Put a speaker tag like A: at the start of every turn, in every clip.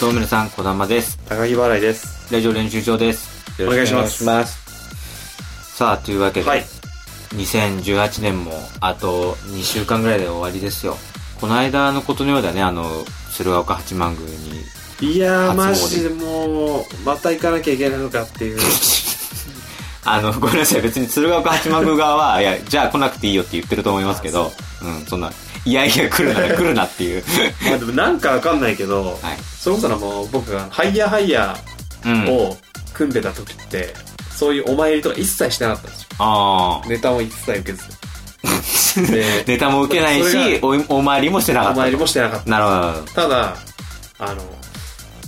A: 大村さん、小玉です。
B: 高木払いです。
A: ラジオ練習場です。
B: お願いします。
A: さあ、というわけで、
B: はい。
A: 2018年もあと2週間ぐらいで終わりですよ。この間のことのようだね、あの、鶴岡八幡宮に。
B: いやー、
A: 初詣
B: マジでもう、また行かなきゃいけないのかっていう。
A: あの、ごめんなさい、別に鶴岡八幡宮側は、いや、じゃあ来なくていいよって言ってると思いますけど、うん、そんな、いやいや来るなら来るなっていう。
B: まあでもなんかわかんないけど、
A: はい。
B: それこそあの僕がハイヤーハイヤ
A: うん。
B: ーを組んでた時って、そういうお参りとか一切してなかったんですよ。
A: ああ。
B: ネタも一切受けず。で、
A: ネタも受けない
B: そ
A: し、
B: れ
A: おお参りもしてなか
B: お
A: った
B: 参りもしてなかっ
A: と。なるほどなるほど。
B: た。ただ、あの、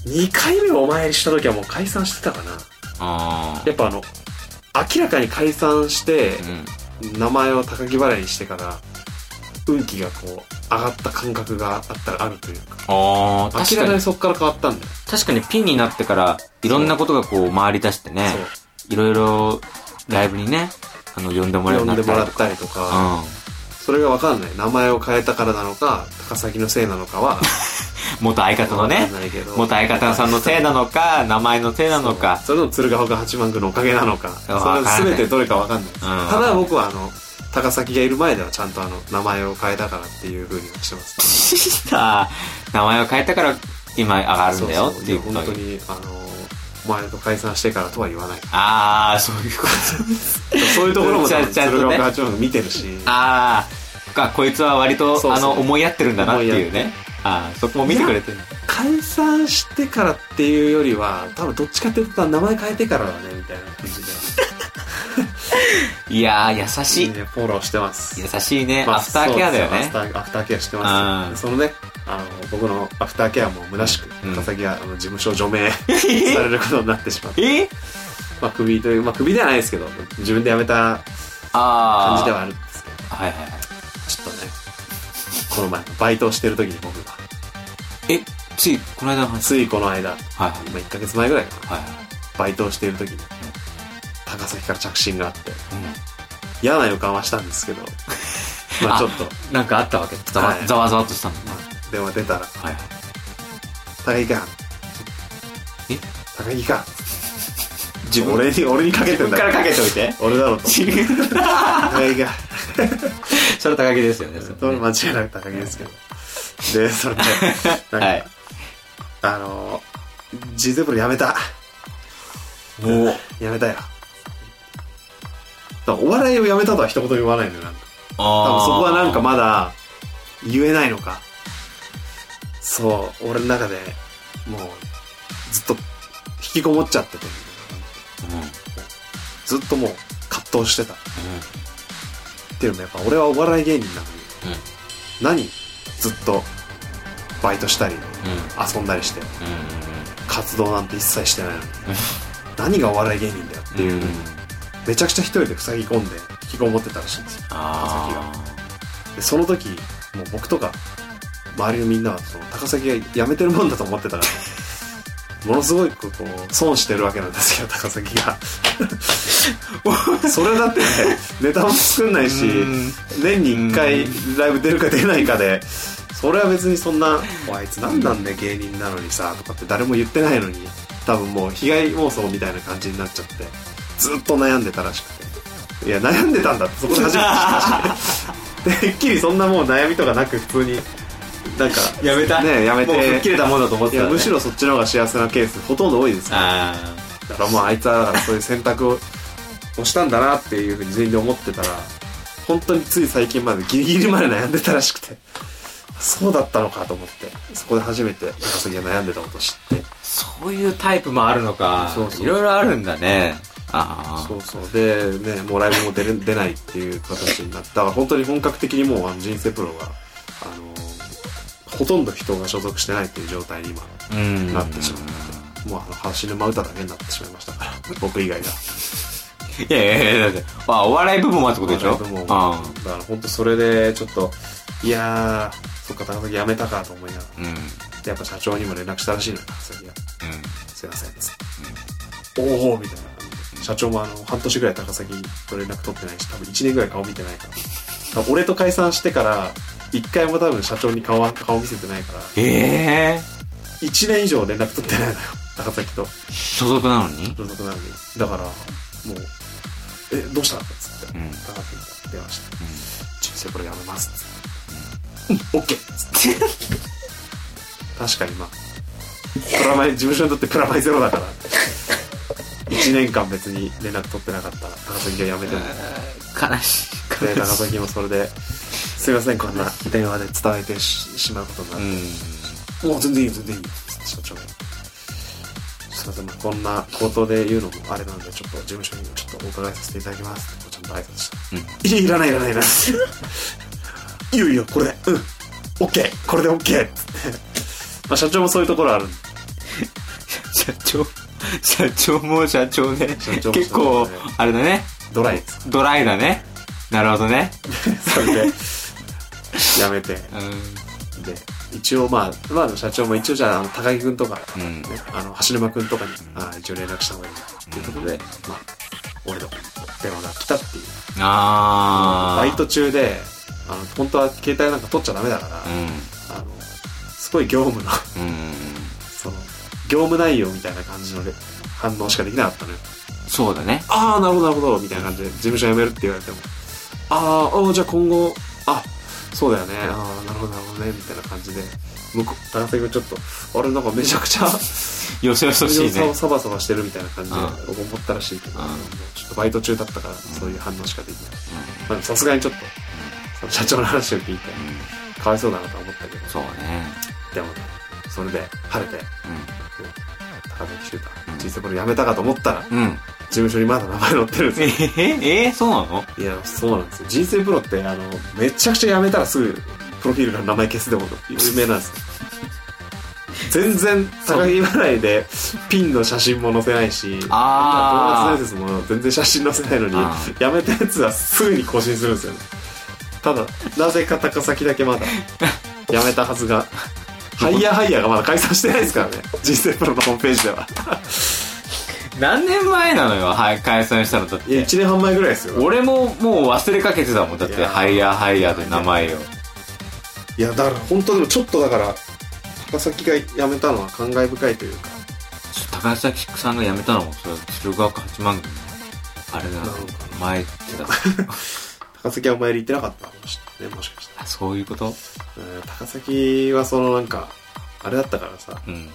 B: 2回目お参りした時はもう解散してたかな。
A: あ
B: やっぱあの、明らかに解散して、
A: ーうん。
B: 名前を高木払いにしてから運気がこう上がった感覚があったあるというか
A: ああ、確
B: 明
A: からに
B: かに。そこから変わったんだよ、
A: 確かにピンになってから、いろんなことがこう回り出してね、いろいろライブにね、あの、呼んでも
B: そう
A: らうよう
B: 呼
A: になんった
B: で
A: り
B: もらっ
A: とか。
B: たりとか、それが分かんない名前を変えたからなのか高崎のせいなの かは
A: うん。元相方の
B: 分か
A: ね
B: ん、ないけど
A: 元相方さんのせいなのか、名前のせいなのか。
B: それの鶴岡八幡宮のおかげなのかそ
A: わからない
B: れ全てどれか分かんないで
A: う
B: す、
A: ん
B: ただ僕はあの高崎がいる前ではちゃんとあの名前を変えたからっていうふうにはしてます
A: さあ、名前を変えたから今上がるんだよ
B: そ
A: っ
B: そ
A: ていうこ
B: や
A: と
B: 本当
A: に。
B: にあのお前と解散してからとは言わない
A: ああ、そういうこと。
B: そういうところも
A: ちゃんちゃんとね
B: 鶴岡八幡宮見てるし
A: ああ、あこいつは割と、
B: そうそう
A: あの、思いやってるんだなっていう
B: 思い
A: ね。ああ、そこも見てくれてる。
B: 解散してからっていうよりは多分どっちかって言ったら名前変えてからだねみたいな感じ
A: いやー、優
B: で
A: し
B: いい
A: い。
B: ねフォローしてます
A: 優しいね。
B: まあ
A: アフターケアだよ
B: そうで
A: ね
B: す。アフターアフターケアして
A: う
B: ま
A: ん
B: すそのねあの僕のアフターケアも虚しく
A: うん
B: 高崎があの事務所除 名されることになってしまって
A: え
B: まあクビというまあクビではないですけど自分で辞めた
A: ああ。
B: 感じではあるんですけど
A: はいはいはい。
B: ちょっとねこの前バイトをしてる時に僕が
A: え、つい、この間の話。
B: ついこの間
A: はいはい。
B: 今1ヶ月前ぐらいかな
A: はいは
B: バイトをしている時に高崎から着信があって
A: い。
B: 嫌な予感はしたんです けどまあちょっと
A: うん。なんかあったわけざ
B: は
A: わ、
B: い
A: ざわざわっとしたの。
B: まあ電話出たら
A: はいはい。
B: 「高木か」
A: え
B: 高木か」
A: 自分
B: 俺に俺にかけてんだ
A: からかけておいて。
B: 俺 だろうと高木か
A: それ高木ですよね。
B: ど
A: それ
B: れ
A: ね
B: 間違いなく高木で すけどでそれでなんか、
A: はい。
B: あのージゼブルやめた
A: もう。
B: やめたよだからお笑いをやめたとは一言も言わないのよなんか多分
A: あ
B: そこはなんか
A: ま、
B: まだ言えないのかそう俺の中でもうずっと引きこもっちゃってて
A: うん。うん
B: ずっともう葛藤してたっていうのもやっぱ俺はお笑い芸人なのに何ずっとバイトしたり
A: うん。うん。
B: 遊んだりして
A: う
B: 活動なんて一切してないのに何がお笑い芸人だよっていう、
A: ん。うん。
B: めちゃくちゃ一人で塞ぎ込んで引きこもってたらしいんですよ
A: あ
B: でその時もう僕とか周りのみんなはその高崎が辞めてるもんだと思ってたらものすごいこうこう損してるわけなんですよ高崎 がそれだってネタも作んないし
A: うん
B: 年に1回
A: う
B: ライブ出るか出ないかでそれは別にそんな「おあいつ何なんだよ芸人なのにさ」とかって誰も言ってないのに多分もう被害妄想みたいな感じになっちゃってずっと悩んでたらしくていや悩んでたんだってそこで初めて知ったしで てっきりそんなもう悩みとかなく普通になんか
A: あ。やめた
B: ねやめて
A: もう吹っ切れたもんだと思っ
B: い
A: てた
B: や
A: ね。
B: むしろそっちの方が幸せなケースほとんど多いですから
A: あ
B: だからもうあいつはだからそういう選択ををしたんだなっていうふうに全員で思ってたら本当につい最近までギリギリまで悩んでたらしくてそうだったのかと思ってそこで初めて高杉が悩んでたことを知って
A: あ。そういうタイプもあるのか。
B: そうそう
A: いろいろあるんだね。ああ
B: そ。うそうでねもうライブも出れ出ないっていう形になってだから本当に本格的にもうあの人生プロがあのほとんど人が所属してないっていう状態に今
A: うん。
B: なってしまってもうあの橋沼歌だけになってしまいましたから僕以外が。
A: いやいやいやだって、まあ、お笑い部分はってことでしょ
B: でも
A: うん。
B: だから本当それでちょっといやーそっか高崎辞めたかと思いなが
A: うん。うん。
B: らでやっぱ社長にも連絡したらしいのよ高崎がすいませんです、おおみたいな社長もあの半年ぐらい高崎と連絡取ってないし多分1年ぐらい顔見てないから多分俺と解散してから一回も多分社長に顔は顔見せてないから
A: ええ
B: 1年以上連絡取ってないのよ高崎と
A: 所属なのに
B: 所属なのにだからもう「えどうした?」っつって
A: うん。うん。
B: 高崎に電話して「人生これやめます」っつって「オッケー」っつって確かにまあプラマイ事務所にとってプラマイゼロだから1年間別に連絡取ってなかったら高崎が辞めても
A: 悲しい。
B: で
A: 悲
B: 高
A: しい。
B: 崎もそれですいませんこんな電話で伝えてししまうことにな
A: う
B: っ
A: ん。
B: て、もう全然いいよ全然いいよ社長がすいません、まあ、こんな口頭で言うのもあれなんでちょっと事務所にもちょっとお伺いさせていただきますってちゃんと挨拶して
A: うん。
B: 「いやいらないいらないいらない」いいよいいよこれでうん OK これで OK っつって、まあ、社長もそういうところあるんで
A: 社長、社長も社長で、
B: 社長も社長で
A: 結構、あれだね、
B: ドライです
A: ドライだね。なるほどね。
B: それでやめて
A: う
B: で一応まあ、まあ、社長も一応じゃああの高木君とか、
A: ん。う
B: ね
A: ん。
B: あの橋沼君とかにあ一応連絡した方がいいなっていうことで、まあ、俺の電話が来たっていう
A: あー。
B: バイト中であの本当は携帯なんか取っちゃダメだから、
A: う
B: あのすごい業務の
A: ん。うん。
B: その業務内容みたいな感じのれ反応しかできなかったのよ
A: そうだね。
B: ああなるほどなるほどみたいな感じで事務所辞めるって言われてもあーあーじゃあ今後あそうだよねああなるほどなるほどねみたいな感じで向こう高崎君ちょっとあれなんかめちゃ くちゃ
A: よそよそしい
B: さ
A: ね。
B: サバサバしてるみたいな感じで思ったらしいけど、
A: うん
B: ちょっとバイト中だったからそういう反応しかできないまあさすがにちょっとその社長の話を聞いて
A: うん。うん
B: かわいそうだなと思ったけど
A: そうね。
B: でもねそれで晴れて
A: う
B: 高崎修太人生これやめたかと思ったら事
A: ん。うん。
B: 務所にまだ名前載ってるんです
A: え
B: よ
A: ええそうなの
B: いやそうなんですよ人生プロってあのめちゃくちゃやめたらすぐプロフィールから名前消すでも 有名なんですよ全然高木払いでピンの写真も載せないし
A: あー
B: ドーナツ伝説も全然写真載せないのに
A: あ
B: やめたやつはすぐに更新するんですよねただなぜか高崎だけま だやめたはず がハイヤーハイヤーがまだ解散してないですからね人生プロのホームページでは
A: 何年前なのよ、はい、解散したの。だっ
B: いや
A: て。
B: 1年半前ぐらいですよ
A: 俺ももう忘れかけてたもん。だっ
B: い
A: て、
B: やー
A: ハイヤーハイヤーという名前を。
B: いやだから本当でもちょっとだから高崎が辞めたのは感慨深いというか
A: 高橋崎さんが辞めたのも、それ、鶴岡八幡宮の、あれだ
B: なのかな
A: 前って言って
B: 高崎はお参り行ってなかったのかもしれないねもしかして
A: た。あ、そういうこと
B: うん高崎はそのなんかあれだったからさ
A: うん。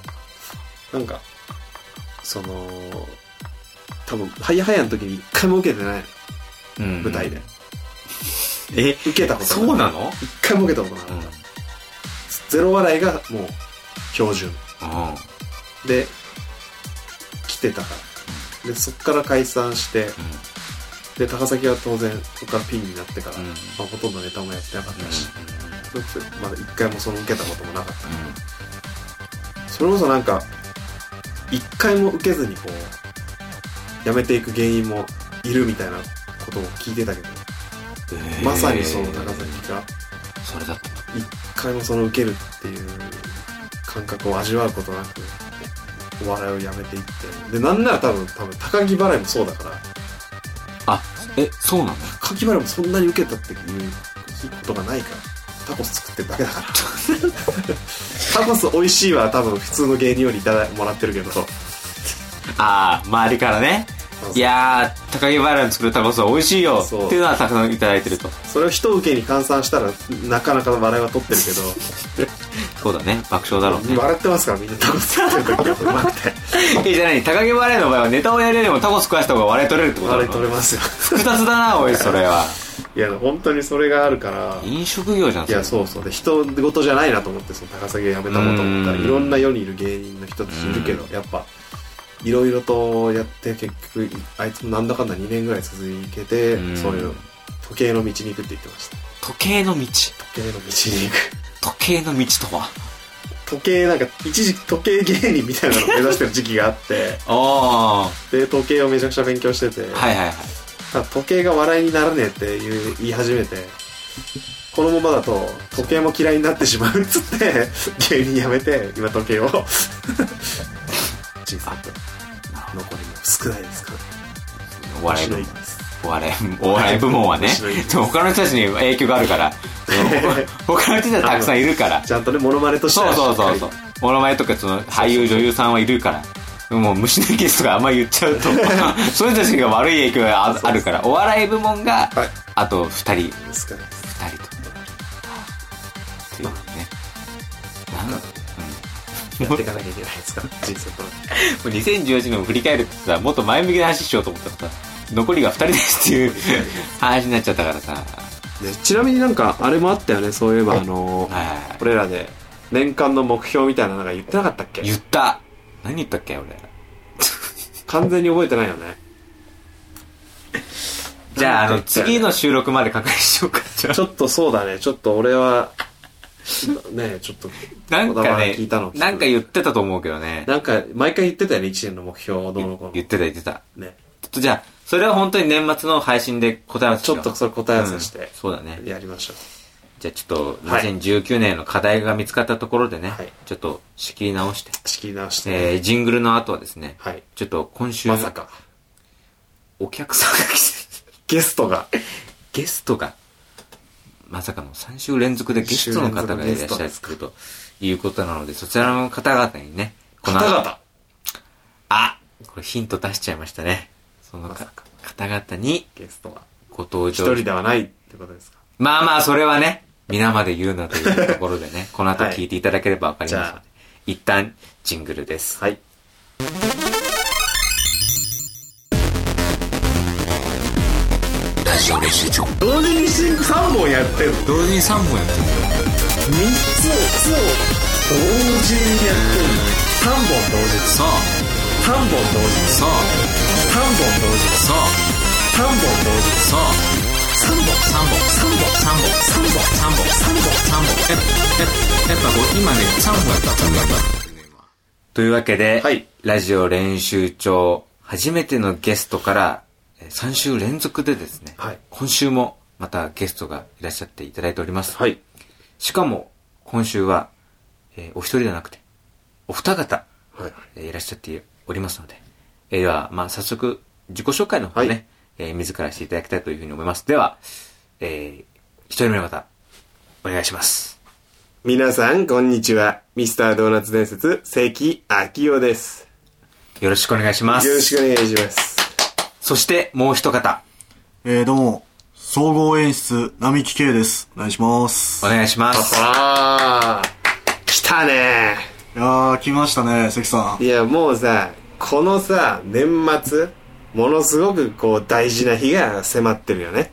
B: なんかその多分ハイハイの時に一回も受けてないの
A: うん。
B: 舞台で。
A: え、
B: 受けたこと
A: そうな
B: な
A: いの
B: 一回も受けたことな
A: う
B: か
A: ん。う
B: っ
A: ん
B: た、。ゼロ笑いがもう標準で来てたからでそっから解散してで高崎は当然そこからピンになってから、
A: うん
B: まあ、ほとんどネタもやってなかったし、それこそまだ一回もその受けたこともなかっ
A: うん。
B: たそれこそなんか一回も受けずにこうやめていく原因もいるみたいなことを聞いてたけど、
A: えー
B: まさにその高崎が
A: それだった
B: 一回もその受けるっていう感覚を味わうことなくお笑いをやめていってでなんなら多分多分高木払いもそうだから
A: あえそうなの
B: 高木払いもそんなに受けたっていうことがないからタコス作ってるだけだから タコス美味しいは多分普通の芸人よりいただもらってるけど
A: ああ周りからねいやー高木バイラの作るタコスは美味しいよ
B: そう
A: っていうのはたくさんいただいてると
B: それを一受けに換算したらなかなか笑いは取ってるけど
A: そうだね爆笑だろうね
B: 笑ってますからみんなタコス作ってる時がう まくて
A: えじゃない高木バイラの場合はネタをやるよりもタコス食わした方が笑い取れるってこと
B: 笑
A: ない
B: 取
A: の
B: れますよ
A: 複雑だなおいそれはい
B: や本当にそれがあるから
A: 飲食業じゃん
B: いや
A: う
B: そうそうで人事じゃないなと思ってその高崎を辞めたこと思ったら
A: うん
B: いろんな世にいる芸人の人たちいるけどやっぱいろいろとやって結局あいつもなんだかんだ2年ぐらい続けて
A: うん
B: そういう時計の道に行くって言ってました
A: 時計の道
B: 時計の道に行く
A: 時計の道とは
B: 時計なんか一時期時計芸人みたいなのを目指してる時期があって
A: あ
B: で時計をめちゃくちゃ勉強してて、
A: あはいはいはい
B: ただ時計が笑いにならねえって言う言い始めてこのままだと時計も嫌いになってしまうっつって 芸人辞めて今時 計を小さく残りも少ないですから
A: お笑い
B: 私の
A: 部
B: 意
A: 門
B: 見です
A: お笑いお笑い部門はね
B: 面白いです
A: でも他の人たちに影響があるからその他の人たちはたくさんいるから
B: ちゃんとねモノマネとして
A: そう
B: は
A: そうそうそう
B: しっか
A: モノマネとかその俳優女優さんはいるからもう虫のゲスとかあんま言っちゃ うとその人たちが悪い影響がああるからお笑い部門が、
B: はい
A: あと2人
B: ですから
A: 2人とっていうねなんも
B: やっていかなきゃいけないですから人生これ
A: う2018年を振り返るってさもっと前向きな話しようと思ったらさ残りが2人ですっていう話になっちゃったからさ
B: でちなみになんかあれもあったよねそういえばあのー
A: はい
B: 俺らで年間の目標みたいなのが言ってなかったっけ
A: 言った何言ったっけ俺
B: 完全に覚えてないよね
A: じゃああ
B: な
A: の
B: んか言ったよね
A: 次の収録まで確認しようかじゃ あ
B: ちょっとそうだねちょっと俺はねちょっと
A: なん
B: 小田
A: か
B: 原
A: ね
B: 聞いたの、
A: なんか言ってたと思うけどね。
B: なんか毎回言ってたよね1年の目標どうのこう
A: 言ってた言ってた。
B: のね
A: ちょっとじゃあ、それは本当に年末の配信で答え合わせし
B: ち
A: よ
B: ょ
A: う
B: っとそれ答え合わせし
A: うん
B: て
A: そうだね。
B: やりましょう
A: じゃあちょっと、
B: はい
A: 2019年の課題が見つかったところでね、
B: はい
A: ちょっと仕切り直して、
B: 仕切り直して、
A: えー、ジングルの後はですね、
B: はい
A: ちょっと今週、
B: まさか
A: お客さんが来て、
B: ゲストが
A: ゲストが、まさかの3週連続でゲストの方がいらっしゃってるということなので、そちらの方々にね、この
B: 方々
A: あこれヒント出しちゃいましたね。その
B: まさ
A: か
B: か
A: 方々に
B: ゲストが
A: ご登
B: 一
A: 場
B: 人。ではないってことですか
A: まあまあ、それはね、皆まで言うなというところで ね、この後聞いていただければわかりますので、
B: はい
A: 一旦ジングルです。
B: はい
A: 同時に3本やってそう、そう、そう、
B: 同時にシンク3本やってる3つを同時にやってる3本同時3本同時3本同時3本同時
A: そう、
B: 3本
A: 3本、3本、3本、3本、3本、3本、3本、え、え、やっぱこう今ね、3本やった、3本やった。というわけで、
B: はい
A: ラジオ練習帳、初めてのゲストから、3週連続でですね、
B: はい
A: 今週もまたゲストがいらっしゃっていただいております。
B: はい
A: しかも、今週は、えーお一人ではなくて、お二方、
B: はい
A: えーいらっしゃっておりますので、えーでは、まあ、早速、自己紹介の方ね、
B: はい
A: えー自らしていただきたいというふうに思います。では、えー一人目の方、お願いします。
B: 皆さんこんにちはミスタードーナツ伝説関明夫です
A: よろしくお願いします。
B: よろしくお願いします
A: そして、もう一方、
C: えー、どうも、総合演出、並木圭です。お願いします。
A: お
C: い
A: 願いします。
B: あー来たね
C: やー、来ましたね、関さん。
B: いやもうさこのさ年末ものすごくこう大事な日が迫ってるよね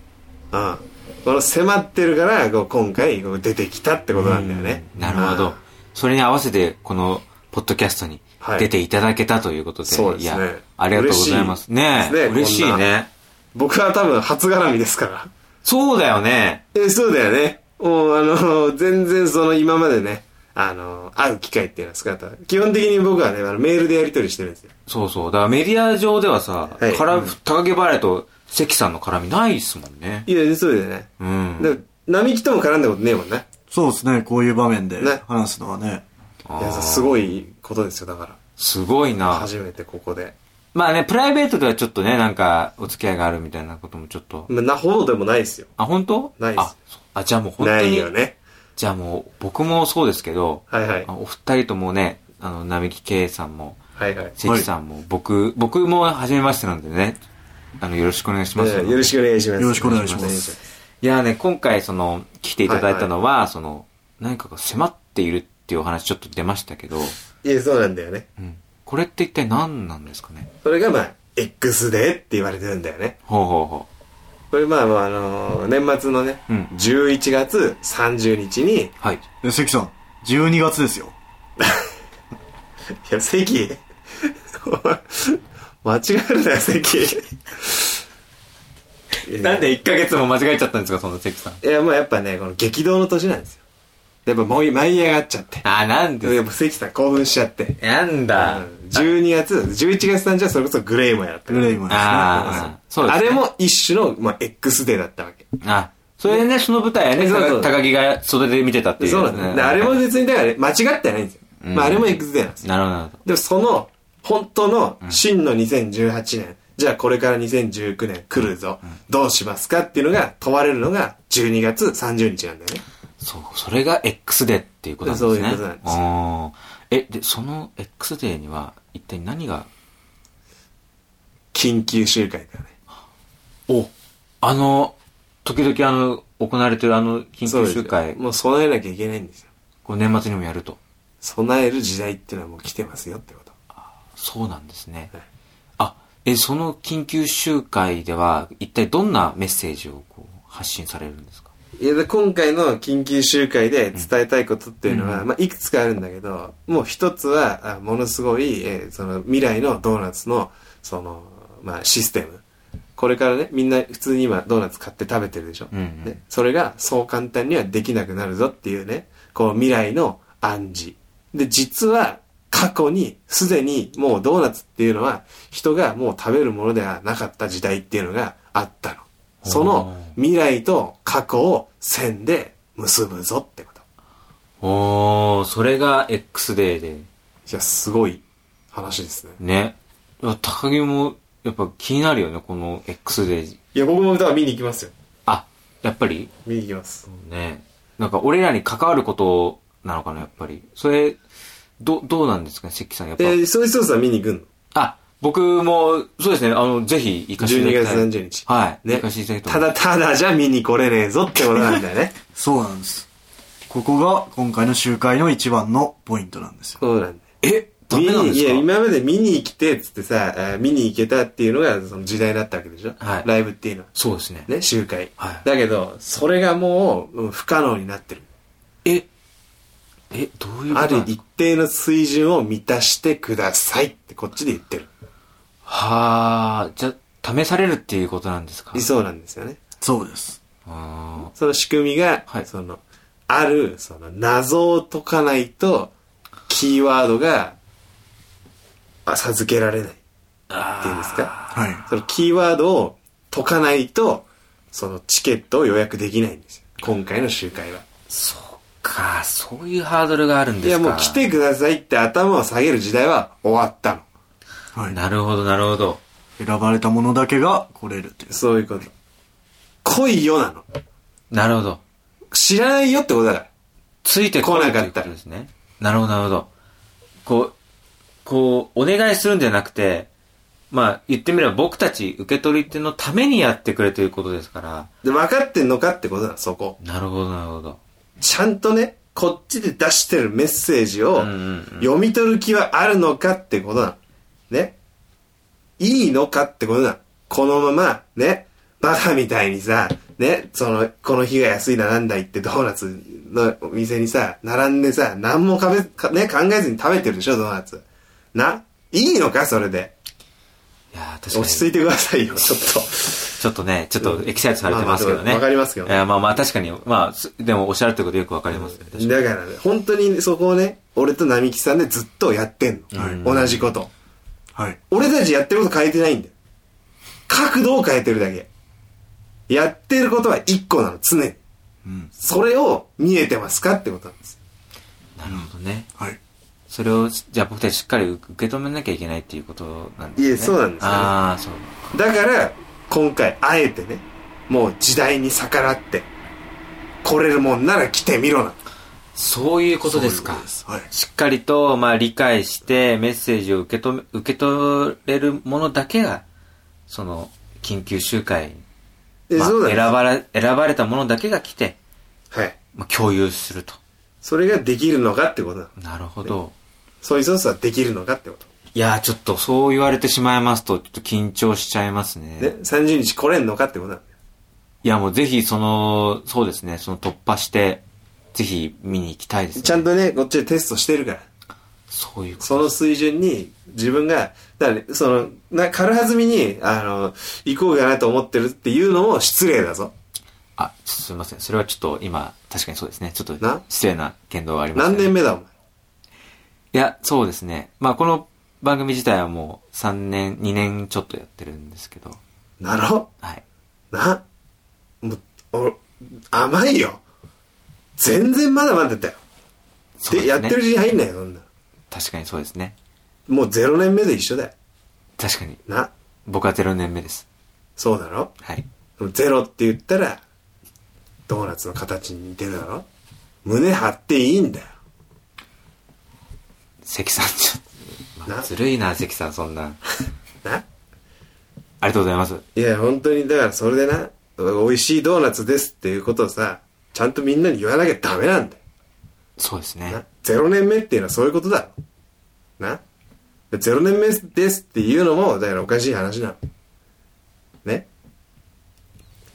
B: うんこの迫ってるからこう今回こう出てきたってことなんだよね
A: なるほ
B: う
A: ど
B: ん。
A: それに合わせて、この、ポッドキャストに
B: はい
A: 出ていただけたということで、
B: そうですね
A: いや、ありがとうございます。ねえ
B: 嬉
A: 嬉
B: し
A: し
B: いですね
A: い
B: こん
A: ね。
B: 僕は多分初絡みですから
A: そうだよね。
B: え、そうだよね。もう、あの、全然その今までね、あの、会う機会っていうのは少なかった。基本的に僕はね、あのメールでやり取りしてるんですよ。
A: そうそう。だからメディア上ではさ、
B: はい
A: から
B: うん
A: 高木バレと関さんの絡みないっすもんね。
B: いや、そうだよね。
A: うん。
B: で、並木とも絡んだことねえもんね。
C: そうですね、こういう場面で
B: ね
C: 話すのはね。
A: あ
B: いや、
A: ー
B: すごいことですよ、だか
A: すごい
B: ら。
A: な。
B: 初めてここで。
A: まあね、プライベートではちょっとね、なんか、お付き合いがあるみたいなこともちょっと。
B: まなほどでもないですよ。
A: あ、本当
B: ないっす
A: あ、そうあじゃあもう本当に。
B: ないよね。
A: じゃあもう、僕もそうですけど、
B: はいはい
A: あ。お二人ともね、あの、並木圭さんも、
B: はいはい。
A: 関さんも、僕、僕も初めましてなんでね、あの、よろしくお願いします。
B: えーよろしくお願いします。
C: よろしくお願いします
B: よろくお願いします
A: いやーね、今回その、来ていただいたのは、その、何かが迫っているっていうお話ちょっと出ましたけど、
B: いや、そうなんだよね。
A: うん。これって一体何なんですかね
B: それがまあ、X デーって言われてるんだよね。
A: ほうほうほ
B: これまあまあ、あの年末のね、
A: うん
B: 11月30日に、
A: う。はい。
C: え、関さん、12月ですよ。
B: いや、関。 お前間違えるなよ、関。
A: なんで1ヶ月も間違えちゃったんですか、その関さん。
B: いや、もうやっぱね、この激動の年なんですよ。やっぱもう舞い上がっちゃって。
A: あー、なん
B: や
A: で
B: っぱ関さん興奮しちゃって。
A: なんだ。
B: 12月、11月30日はそれこそグレイもやった。
C: グレイも
B: も。
C: ですね。
A: ああ、そうです、
B: あ
A: ね。
B: れ。も一種の、まあ、X デーだったわけ。
A: あ、それでね、その舞台はね、
B: そうそう
A: 高木が袖で見てたっていう。
B: そうなんですよであれも別に、だから間違ってないんですよ。
A: うん
B: まあ、あれも X デーなんです
A: な
B: よ
A: るほど、なるほど。
B: でもその、本当の、真の2018年、じゃあこれから2019年来るぞ、どうしますかっていうのが問われるのが12月30日なんだよね。
A: そう、それが X デーっていうことなんですね。
B: そういうことなんですよ
A: あーえ、で、その X デーには一体何が、
B: 緊急集会だよね。
A: おあの、時々あの、行われてるあの、緊
B: そう
A: 急
B: ですよ
A: 集会、
B: もう備えなきゃいけないんですよ。
A: こう年末にもやると。
B: 備える時代っていうのはもう来てますよってこと。
A: そうなんですね
B: はい。
A: あ、え、その緊急集会では、一体どんなメッセージをこう発信されるんですか
B: いやで今回の緊急集会で伝えたいことっていうのは、
A: うん
B: まあ、いくつかあるんだけどもう一つはあものすごい、えーその未来のドーナツのその、まあ、システムこれからねみんな普通に今ドーナツ買って食べてるでしょ、
A: うんうん
B: でそれがそう簡単にはできなくなるぞっていうねこの未来の暗示で実は過去にすでにもうドーナツっていうのは人がもう食べるものではなかった時代っていうのがあったのその未来と過去を線で結ぶぞってこと。
A: おー、それが X デーで。
B: いや、すごい話ですね。
A: ね。いや高木も、やっぱ気になるよね、この X デー。
B: いや、僕も歌は見に行きますよ。
A: あ、やっぱり
B: 見に行きます。
A: ね。なんか俺らに関わることなのかな、やっぱり。それ、ど、どうなんですかね、関さん。やっぱ。
B: えー、ソイソースは見に行く
A: あ、僕も、そうですね、あの、ぜひ行
B: の
A: かせていた
B: ?12
A: だき
B: 月
A: たい。
B: 30日。
A: はい。
B: ね
A: 行かせていただきたい
B: た
A: と思い
B: だただじゃ見に来れねえぞってことなんだよ ね。
C: そうなんです。ここが今回の集会の一番のポイントなんですよ。
B: そうなんだよ。
A: ます。え、ダメなんで
B: 見に
A: す
B: い
A: か
B: や、今まで見に来てっつってさ、あー見に行けたっていうのがその時代だったわけでしょ、
A: はい
B: ライブっていうのは。
A: そうですね。
B: ね、集会。
A: はい
B: だけど、それがもううん不可能になってる。
A: え、え、どういうこと
B: あ
A: なん
B: る
A: です
B: 一
A: か
B: 定の水準を満たしてくださいってこっちで言ってる。
A: はあ、じゃあ、試されるっていうことなんですか
B: 理想なんですよね。
C: そうです。
A: あ
B: その仕組みが、
A: はい
B: その、ある、その、謎を解かないと、キーワードが、あ授けられない。っていうんですか
C: はい。
B: そのキーワードを解かないと、そのチケットを予約できないんですよ。今回の集会は。
A: ーそっか、そういうハードルがあるん
B: い
A: です
B: や、
A: か。
B: もう来てくださいって頭を下げる時代は終わったの。
C: はい。
A: なるほど、なるほど。
C: 選ばれたものだけが来れるっていう。
B: そういうこと。来いよなの。
A: なるほど。
B: 知らないよってことだから。
A: ついてこないということですね。なるほど、なるほど。こう、こう、お願いするんじゃなくて、まあ、言ってみれば僕たち受け取り手のためにやってくれということですから。
B: で、分かってんのかってことだ、そこ。
A: なるほど、なるほど。
B: ちゃんとね、こっちで出してるメッセージ
A: う
B: を
A: んうんうん
B: 読み取る気はあるのかってことだ。ね。いいのかってことだ。このまま、ね、バカみたいにさ、ね、その、この日が安いだなんだ言ってドーナツのお店にさ、並んでさ、何もかべか、ね、考えずに食べてるでしょ、ドーナツ。な、いいのかそれで。
A: いやー確かに。
B: 落ち着いてくださいよ、ちょっと。
A: ちょっとね、ちょっとエキサイトされてますけどね。
B: まあまあわかりますけどね
A: えーまあまあ確かに、まあ、すでもおっしゃるってことよくわかります。確かに
B: だからね、本当にそこをね、俺と並木さんでずっとやってんの。
C: はい
B: 同じこと。
C: はい。
B: 俺たちやってること変えてないんだよ。角度を変えてるだけ。やってることは一個なの、常に。
C: うん。
B: それを見えてますかってことなんです。
A: なるほどね。
C: はい。
A: それを、じゃあ僕たちしっかり受け止めなきゃいけないっていうことなんですね。
B: いえそうなんですよね
A: ああ、そう。
B: だから、今回、あえてね、もう時代に逆らって、来れるもんなら来てみろな。
A: そういうことです
C: そう
A: か
C: いうこと。ですはい。
A: しっかりと、まあ理解して、メッセージを受け止め、受け取れるものだけが、その、緊急集会
B: え
A: に、まあ
B: そうなんで
A: 選
B: す
A: ばれ、選ばれたものだけが来て、
B: はい。
A: まあ共有すると。
B: それができるのかってことなの。
A: なるほど。
B: ソイソースはできるのかってこと。
A: いやー、ちょっとそう言われてしまいますと、ちょっと緊張しちゃいますね。
B: ね、30日来れんのかってことなの。
A: いや、もうぜひ、その、そうですね、その突破して、ぜひ見に行きたいですね。
B: ちゃんとね、こっちでテストしてるから。
A: そういうこと。
B: その水準に自分が、だからね、その、な、軽はずみに、あの、行こうかなと思ってるっていうのも失礼だぞ。
A: あ、ちょっとすみません。それはちょっと今、確かにそうですね。ちょっと
B: な、
A: 失礼な言動がありました、ね。
B: 何年目だ、お前。
A: いや、そうですね。まあ、この番組自体はもう3年、2年ちょっとやってるんですけど。
B: なろ
A: はい。
B: なもう、お、甘いよ。全然まだまだだよ。
A: そう
B: で、
A: ですね
B: やってる時に入んないよ、そんな。
A: 確かにそうですね。
B: もう0年目で一緒だよ。
A: 確かに。
B: な
A: 僕は0年目です。
B: そうだろ
A: はい。
B: ゼロって言ったら、ドーナツの形に似てるだろ胸張っていいんだよ。
A: 関さんちょっと、まあ
B: な
A: ずるいな、関さん、そんな。
B: な
A: ありがとうございます。
B: いや、本当に、だからそれでな、美味しいドーナツですっていうことをさ、ちゃんとみんなに言わなきゃダメなんだよ。
A: そうですね
B: な。0年目っていうのはそういうことだろ。なで ?0 年目ですっていうのも、だからおかしい話なの。ね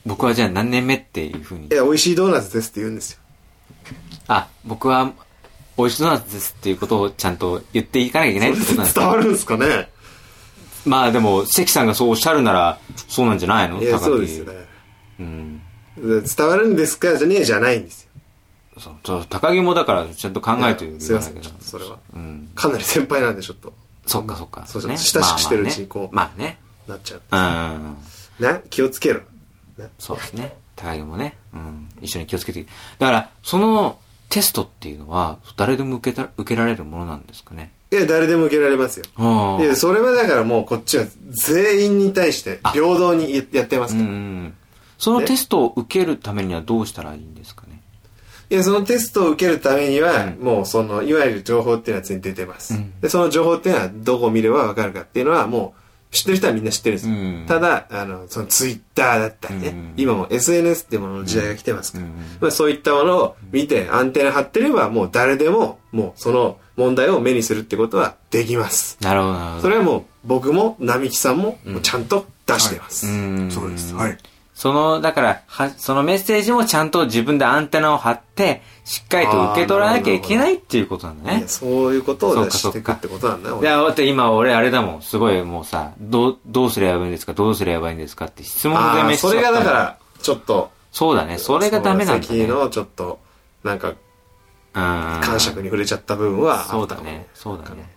A: 僕はじゃあ何年目っていうふうに
B: い。や、美味しいドーナツですって言うんですよ。
A: あ、僕は、美味しそうなんですっていうことをちゃんと言っていかなきゃいけないってことなんです
B: 伝わ
A: か
B: るんですかね
A: まあでも、関さんがそうおっしゃるなら、そうなんじゃないの
B: いや、
A: 高木
B: そうですよね。
A: うん。
B: で伝わるんですかじゃねえじゃないんですよ。
A: そうそう、高木もだから、ちゃんと考えてる
B: すいません、ちょっとそれは。
A: うん。
B: かなり先輩なんで、ちょっと、
A: そっかそっか。
B: そうそう
A: ね
B: 親しくしてるうちにこう
A: まあね。
B: なっちゃう。
A: まあね。うん。
B: な気をつけろ。な
A: そうですね。高木もね。うん。一緒に気をつけて。だから、そのテストっていうのは、誰でも受けた、受けられるものなんですかね。
B: いや、誰でも受けられますよ。
A: ああ。
B: いや、それはだからもうこっちは全員に対して平等にややってます
A: う
B: か
A: んう
B: ら。
A: ん。そのテストを受けるためにはどうしたらいいんですかね。
B: いや、そのテストを受けるためには、
A: うん
B: もうその、いわゆる情報っていうのは全に出てます、
A: うん
B: で、その情報っていうのはどこを見ればわかるかっていうのはもう知ってる人はみんな知ってるんですよ。
A: うん
B: ただ、あの、そのツイッターだったりね、
A: うん
B: 今も SNS ってものの時代が来てますから、
A: うんうん
B: まあ、そういったものを見てアンテナ張ってればもう誰でももうその問題を目にするってことはできます。
A: なるほど、なるほど。
B: それはもう僕も並木さんももうちゃんと出してます。
A: うん。
C: そうです。はい。
A: その、だから、は、そのメッセージもちゃんと自分でアンテナを張って、しっかりと受け取らなきゃいけないっていうことなんだ
B: い
A: ね
B: や。そういうことを出
A: そ
B: し
A: う
B: て
A: か
B: いくってことなんだよ
A: い
B: 俺
A: や、だって今俺あれだもん。すごいもうさ、どう、どうすればやばいんですかどうすればやばいんですかって質問でメ
B: あー
A: ッセー
B: そ
A: ジ
B: れがだからちょっと
A: そうだね。それがダメなんだ
B: そ
A: ね。
B: の
A: う
B: 先
A: ん。
B: のちょっとなんか感
A: 感
B: 触に触れちゃった部分はあ
A: そ
B: っ
A: う
B: た
A: だ
B: かも
A: ね。そうだね。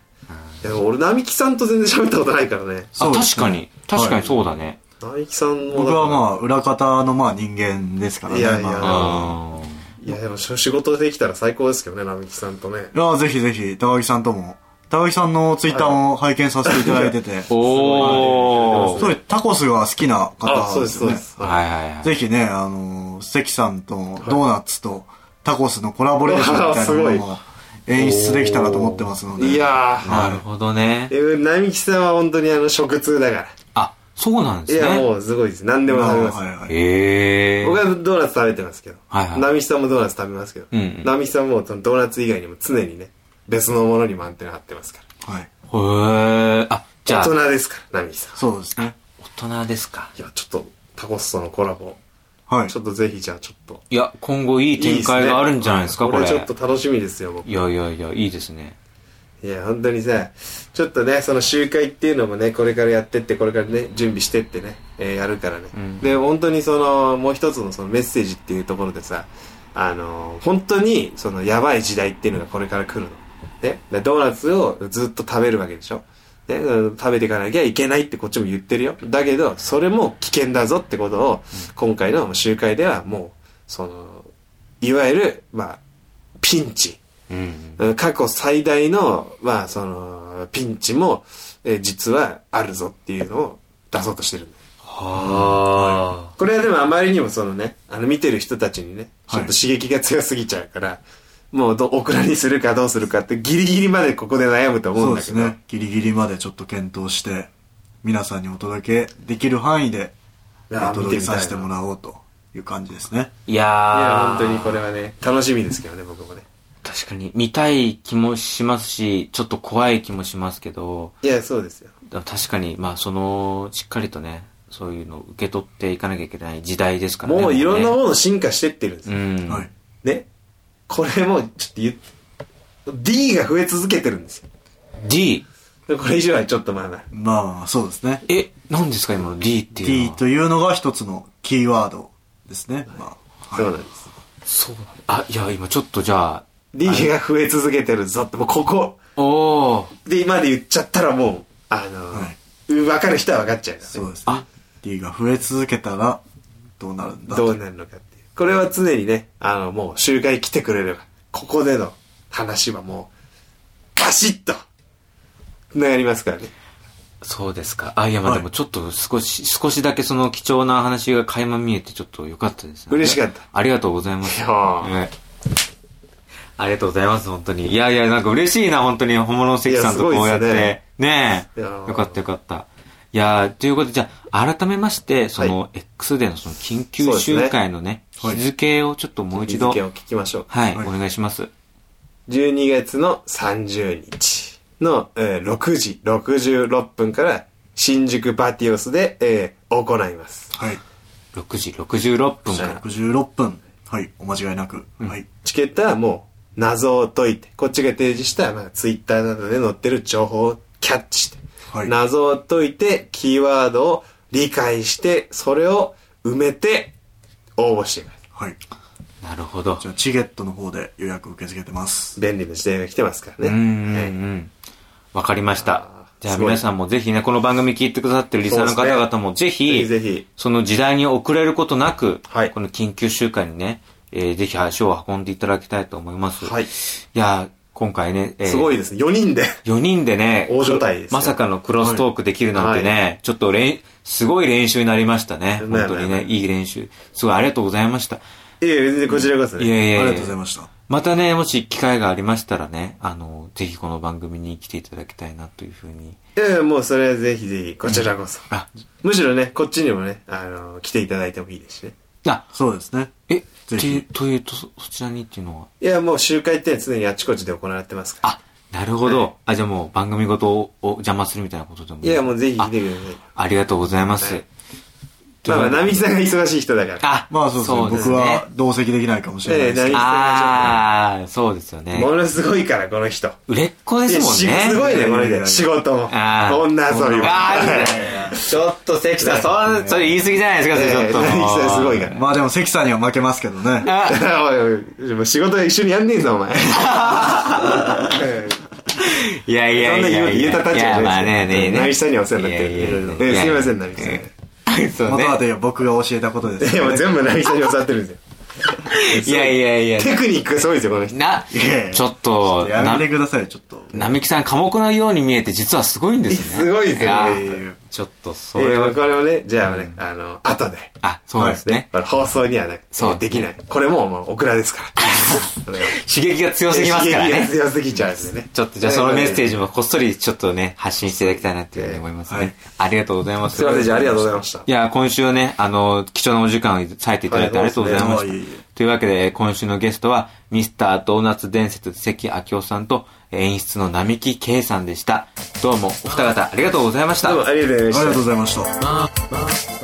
B: いやでも俺並木さんと全然喋ったことないからね
A: あ、
C: そうです
A: 確かに。確か
C: は
A: に
C: い
A: そうだね。
B: 並木さんも
C: 僕はま
B: あ
C: あ、裏方のまあ人間ですからね。
B: いやいや
C: まあ
A: あ
B: いやでも仕事できたら最高ですけどね並木さんとね
C: いや、ぜひぜひ、高木さんとも、高木さんのツイッターも拝見させていただい てて、
A: ー。お
B: す
A: ー。
C: そういうタコスが好きな
B: あ
C: 方
B: そう
C: で
B: です
C: す
B: そう
C: よ
B: で
C: ね。
B: す
A: はいはいはい。
C: ぜひね、あのー、関さんとドーナツとタコスのコラボレーションみたいなもの
B: うわ
C: も演出できたらと思ってますので。
B: いやー
A: なるほどね。
B: え並木さんは本当にあの食通だか
A: あ、そうなん
B: ら
A: で
B: い
A: す
B: や
A: ね。
B: もうすごいです何でも
C: ま
B: 食
C: あ
B: べます
C: はいはい。
A: へえ。
B: 僕はドーナツ食べてますけど、
A: はいはい
B: 並木さんもドーナツ食べますけど、
A: うんうん
B: 並木さんもそのドーナツ以外にも常にね別のものにもアンテナ張ってますか
C: はい。
A: へえ。あ、じゃ
B: ら
A: あ、
B: 大
A: 大
B: 人ですから並木さん
C: そうですね。
A: 人ですか。
B: いやちょっとタコスとのコラボ
C: はい
B: ち。ょっとぜひじゃあちょっと
A: いや、今後いい展開があるんじゃないですか、
B: いい
A: こ
B: っ
A: れ。
B: すねちょっと楽しみですよ僕
A: いやいやいや、いいですね。
B: いや本当にさちょっとねその集会っていうのもねこれからやってってこれからね準備してってね、えーやるからね、
A: うん
B: で本当にそのもう一つのそのメッセージっていうところでさあのー本当にそのやばい時代っていうのがこれから来るの、ね、でドーナツをずっと食べるわけでしょね、食べていかなきゃいけないってこっちも言ってるよ。だけど、それも危険だぞってことを、今回の集会ではもう、その、いわゆる、まあ、ピンチ。
A: うん。
B: うん過去最大の、まあ、その、ピンチも、えー実はあるぞっていうのを出そうとしてるんだよ
A: は
B: これはでもあまりにもそのね、あの見てる人たちにね、ちょっと
C: はい
B: 刺激が強すぎちゃうから、もうど、オクラにするかどうするかってギリギリまでここで悩むと思う
C: そ
B: んだ
C: うで
B: け
C: す
B: ど。
C: ね。ギリギリまでちょっと検討して、皆さんにお届けできる範囲で、
B: いやー
C: お届けさせて
B: 見てみたいな
C: もらおうという感じですね。
A: い。いや
B: い
A: ー
B: や、本当にこれはね、楽しみですけどね、僕もね。
A: 確かに、見たい気もしますし、ちょっと怖い気もしますけど、
B: いや、そうですよ。
A: 確かに、まあ、その、しっかりとね、そういうのを受け取っていかなきゃいけない時代ですからね。
B: もういろんな
A: も
B: もの進化してってるんです
A: う
B: よ。
A: ねうん。
C: はい。
B: ね。これも、ちょっと言っ D が増え続けてるんですよ。
A: D。
B: でこれ以上はちょっとまあまあ。
C: まあまあ、そうですね。
A: え、何ですか今の D っていう
C: T
A: のは。
C: というのが一つのキーワードですね。まあ、
B: そうなんです。
A: そうなんだあ、いや、今ちょっとじゃあ、
B: D が増え続けてるぞって、もうここ
A: おー。
B: で今で言っちゃったらもう、あの、
C: は
B: 分かる人は分かっちゃうからね
C: そうですね
A: あ。
C: T が増え続けたら、どうなるんだ
B: どうなるのかっていう。これは常にね、あの、もう集会来てくれれば、ここでの話はもう、バシッと、なりますからね。
A: そうですか。あ、いや、まあ
C: はい
A: でもちょっと少し、少しだけその貴重な話が垣間見えてちょっと良かったですね。
B: 嬉しかった。
A: ありがとうございます。
B: いやー
A: ええありがとうございます、本当に。いやいや、なんか嬉しいな、本当に、本物の関さんと
B: いやすごい
A: こうやっ
B: で
A: て。
B: すね
A: ねえ。
B: いやー
A: よかったよかった。いやーということで、じゃあ、改めまして、その、X でのその緊急集会のね、
C: そう
A: 日
C: ですね
A: 付をちょっともう一度、
B: 日付を聞きましょうか。
A: はい、
C: はい
A: お願いします。
B: 12月の30日の、えー6時66分から新宿バティオスで、えー行います。
C: はい。
A: 6時66分か
B: そう
A: ら。
C: 66分。はい。お間違いなく。
A: うん
C: はい。
B: チケットはもう謎を解いて、こっちが提示した、まあ、ツイッターなどで載ってる情報をキャッチして、
C: はい
B: 謎を解いて、キーワードを理解して、それを埋めて応募してくださ
C: はい。
A: なるほど
C: じ。ゃあ、チゲットの方で予約受け付けてます
B: い。。便利な時代が来てますか
A: う
B: ら
A: んうんう
B: ね。
A: ん。わかりました
B: あー。
A: じゃあ
B: すごい
A: 皆さんもぜひね、この番組聞いてくださってるリスナーの方々もぜ
B: はい
A: ひ、
B: ぜひぜひ。
A: その時代に遅れることなく、
B: はい
A: この緊急集会にね、えーぜひ足を運んでいただきたいと思います。
B: はい
A: いやー、今回ね、えー
B: す ごいですね。4人で。
A: 4人でね、
B: 大所帯ですよ
A: まさかのクロストークできるなんてね、ちょっとれんすごい練習になりましたね。
B: ね
A: 本当に
B: ね
A: ね、いい練習。すごいありがとうございました。
B: いえいえ、全然こちらこそね。
A: いやい
C: あり
A: や
C: が
A: や
C: とうございました。
A: またね、もし機会がありましたらね、あの、ぜひこの番組に来ていただきたいなというふうに。
B: いやいや、もうそれはぜひぜひ、こちらこそ。
A: あ、
B: むしろね、こっちにもね、あの、来ていただいてもいいですしね。
A: あ、
C: そうですね。
A: え、
C: ぜ
A: と
C: ひ
A: いう、というと、そそちらにっていうのは。
B: いや、もう集会って常にあちこちで行われてますから。
A: あ、なるほど。あ、じゃあもう番組ごとをお邪魔するみたいなことでも
B: いや、もうぜひ来
A: あ
B: てください。
A: ありがとうございま
B: は
A: す
B: い。まあまあ、並木さんが忙しい人だから。
A: あ、
C: まあそうですね。僕は同席できないかもしれないですけ
B: ええ並木
C: ど。
A: ああ、そうですよね。
B: ものすごいから、この人。
A: 売れっ子ですもんね。
B: いやしすごいね、この
C: いやいやい
B: 人。
C: や
B: 仕事も。
A: あー
B: 女遊びも。
A: あーいいね
B: はい ちょっと関
A: そ
B: さん、そんな。
A: う、それ言い過ぎじゃないですか、それちょっと。
B: ええ並木さんすごいから。
C: まあでも関さんには負けますけど ね。
A: あ
B: おいおい、もう仕事一緒にやんねえぞ、お 前。ええ
A: いやい
B: そ
A: や
B: ん
A: いや
B: な
A: い
B: 言
A: や。
B: う言えた立場じゃ
A: いやま
B: な
A: あ
B: いです
A: ね、ね、ね。
B: 成さんにはお世話になってる。いろいろねすいません、成木さん。い
A: ん。そう
C: 元はと
A: ね。
C: いえば僕が教えたことです
B: や、
C: よ
B: もう
C: ね。
B: 全部成木さんに教わってるんです
A: い
B: よ。
A: や いやいや。
B: テクニックがすごいですよ、この人。
A: な、ちょっと、
C: や
A: な
C: めてくださいよ、ちょっと。
A: 並木さん、寡黙なように見えて、実はすごいんですね。
B: すごいですよね
A: いやーちょっと、そ
B: え
A: れは
B: ー、これをね、じゃあね、あの、後で。
A: あ、そうですね。
B: これ放送にはね、
A: そう
B: できない。これももうオクラですから。 それは
A: 刺激が強すぎますから
B: 刺激が
A: ね。
B: 強すぎちゃうんでね。
A: ちょっとじゃあそのメッセー
B: ジ。
A: ジもこっそりちょっとね、発信していただきたいなっていうふうに思いますね。
C: はい
A: ありがとうございます。
B: すいません、じゃあありがとうございました。
A: いや、今週はね、あの、貴重なお時間を割いていただいて
B: は
A: あり
B: い
A: がとうございま
C: そう
A: し
C: ですね
A: た。というわけで、今週のゲストは、ミスタードーナツ伝説関明夫さんと、演出の並木圭さんでした。どうも、お二方ありがとうございました。
B: どうもありがとうござい
C: あ
B: ま
C: り
B: した
C: がとう。ございました。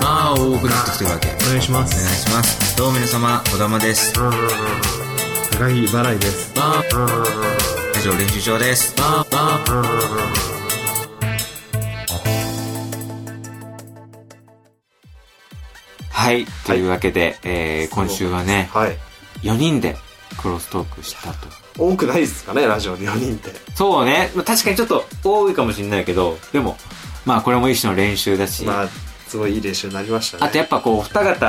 A: まあ、多くなってきてるわけ。お願いします。お願いします。どうも皆様、小玉です。高木払いです。以上、練習場です。はい、というわけで、えー、今週はね、
B: はい。
A: 4人でクロストークしたと。
B: 多くないですかね、ラジオで4人って。
A: そうね、まあ確かにちょっと多いかもしれないけど、でも、まあこれも一種の練習だし、
B: まあ、すごいいい練習になりましたね。
A: あとやっぱこう、お二方、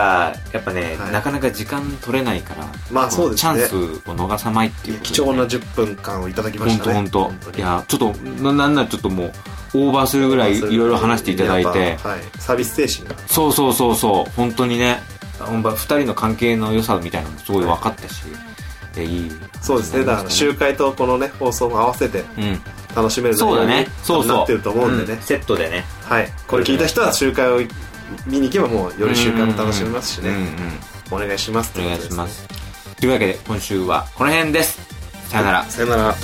A: やっぱね、
B: はい
A: なかなか時間取れないから、
B: まあそうですね
A: チャンスを逃さないっていうことで
B: 貴重な10分間をいただきましたね。
A: 本当本
B: 本
A: 当。
B: に
A: いや、ちょっと、ななんならちょっともう、オーバーするぐらいいろいろ話していただい
B: や
A: て
B: っ、ぱはい。サービス精神が。
A: そうそうそうそう、本当にね、ほんま二人の関係の良さみたいなのもすごい分かったし、えいい。
B: そうですね。だから集会とこのね、放送も合わせて
A: うん。
B: 楽しめる内容
A: そうだね
B: に。
A: そうそう。
B: なってると思うんでね。
A: セットでね。
B: はい。これ聞いた人は集会を見に行けばもうより集会も楽しめますし
A: うんうん
B: ね。お願いしますって
A: うん。お
B: こ
A: 願い
B: とで
A: し
B: ね
A: ます。というわけで、今週はこの辺です。さよなら。
B: さよなら。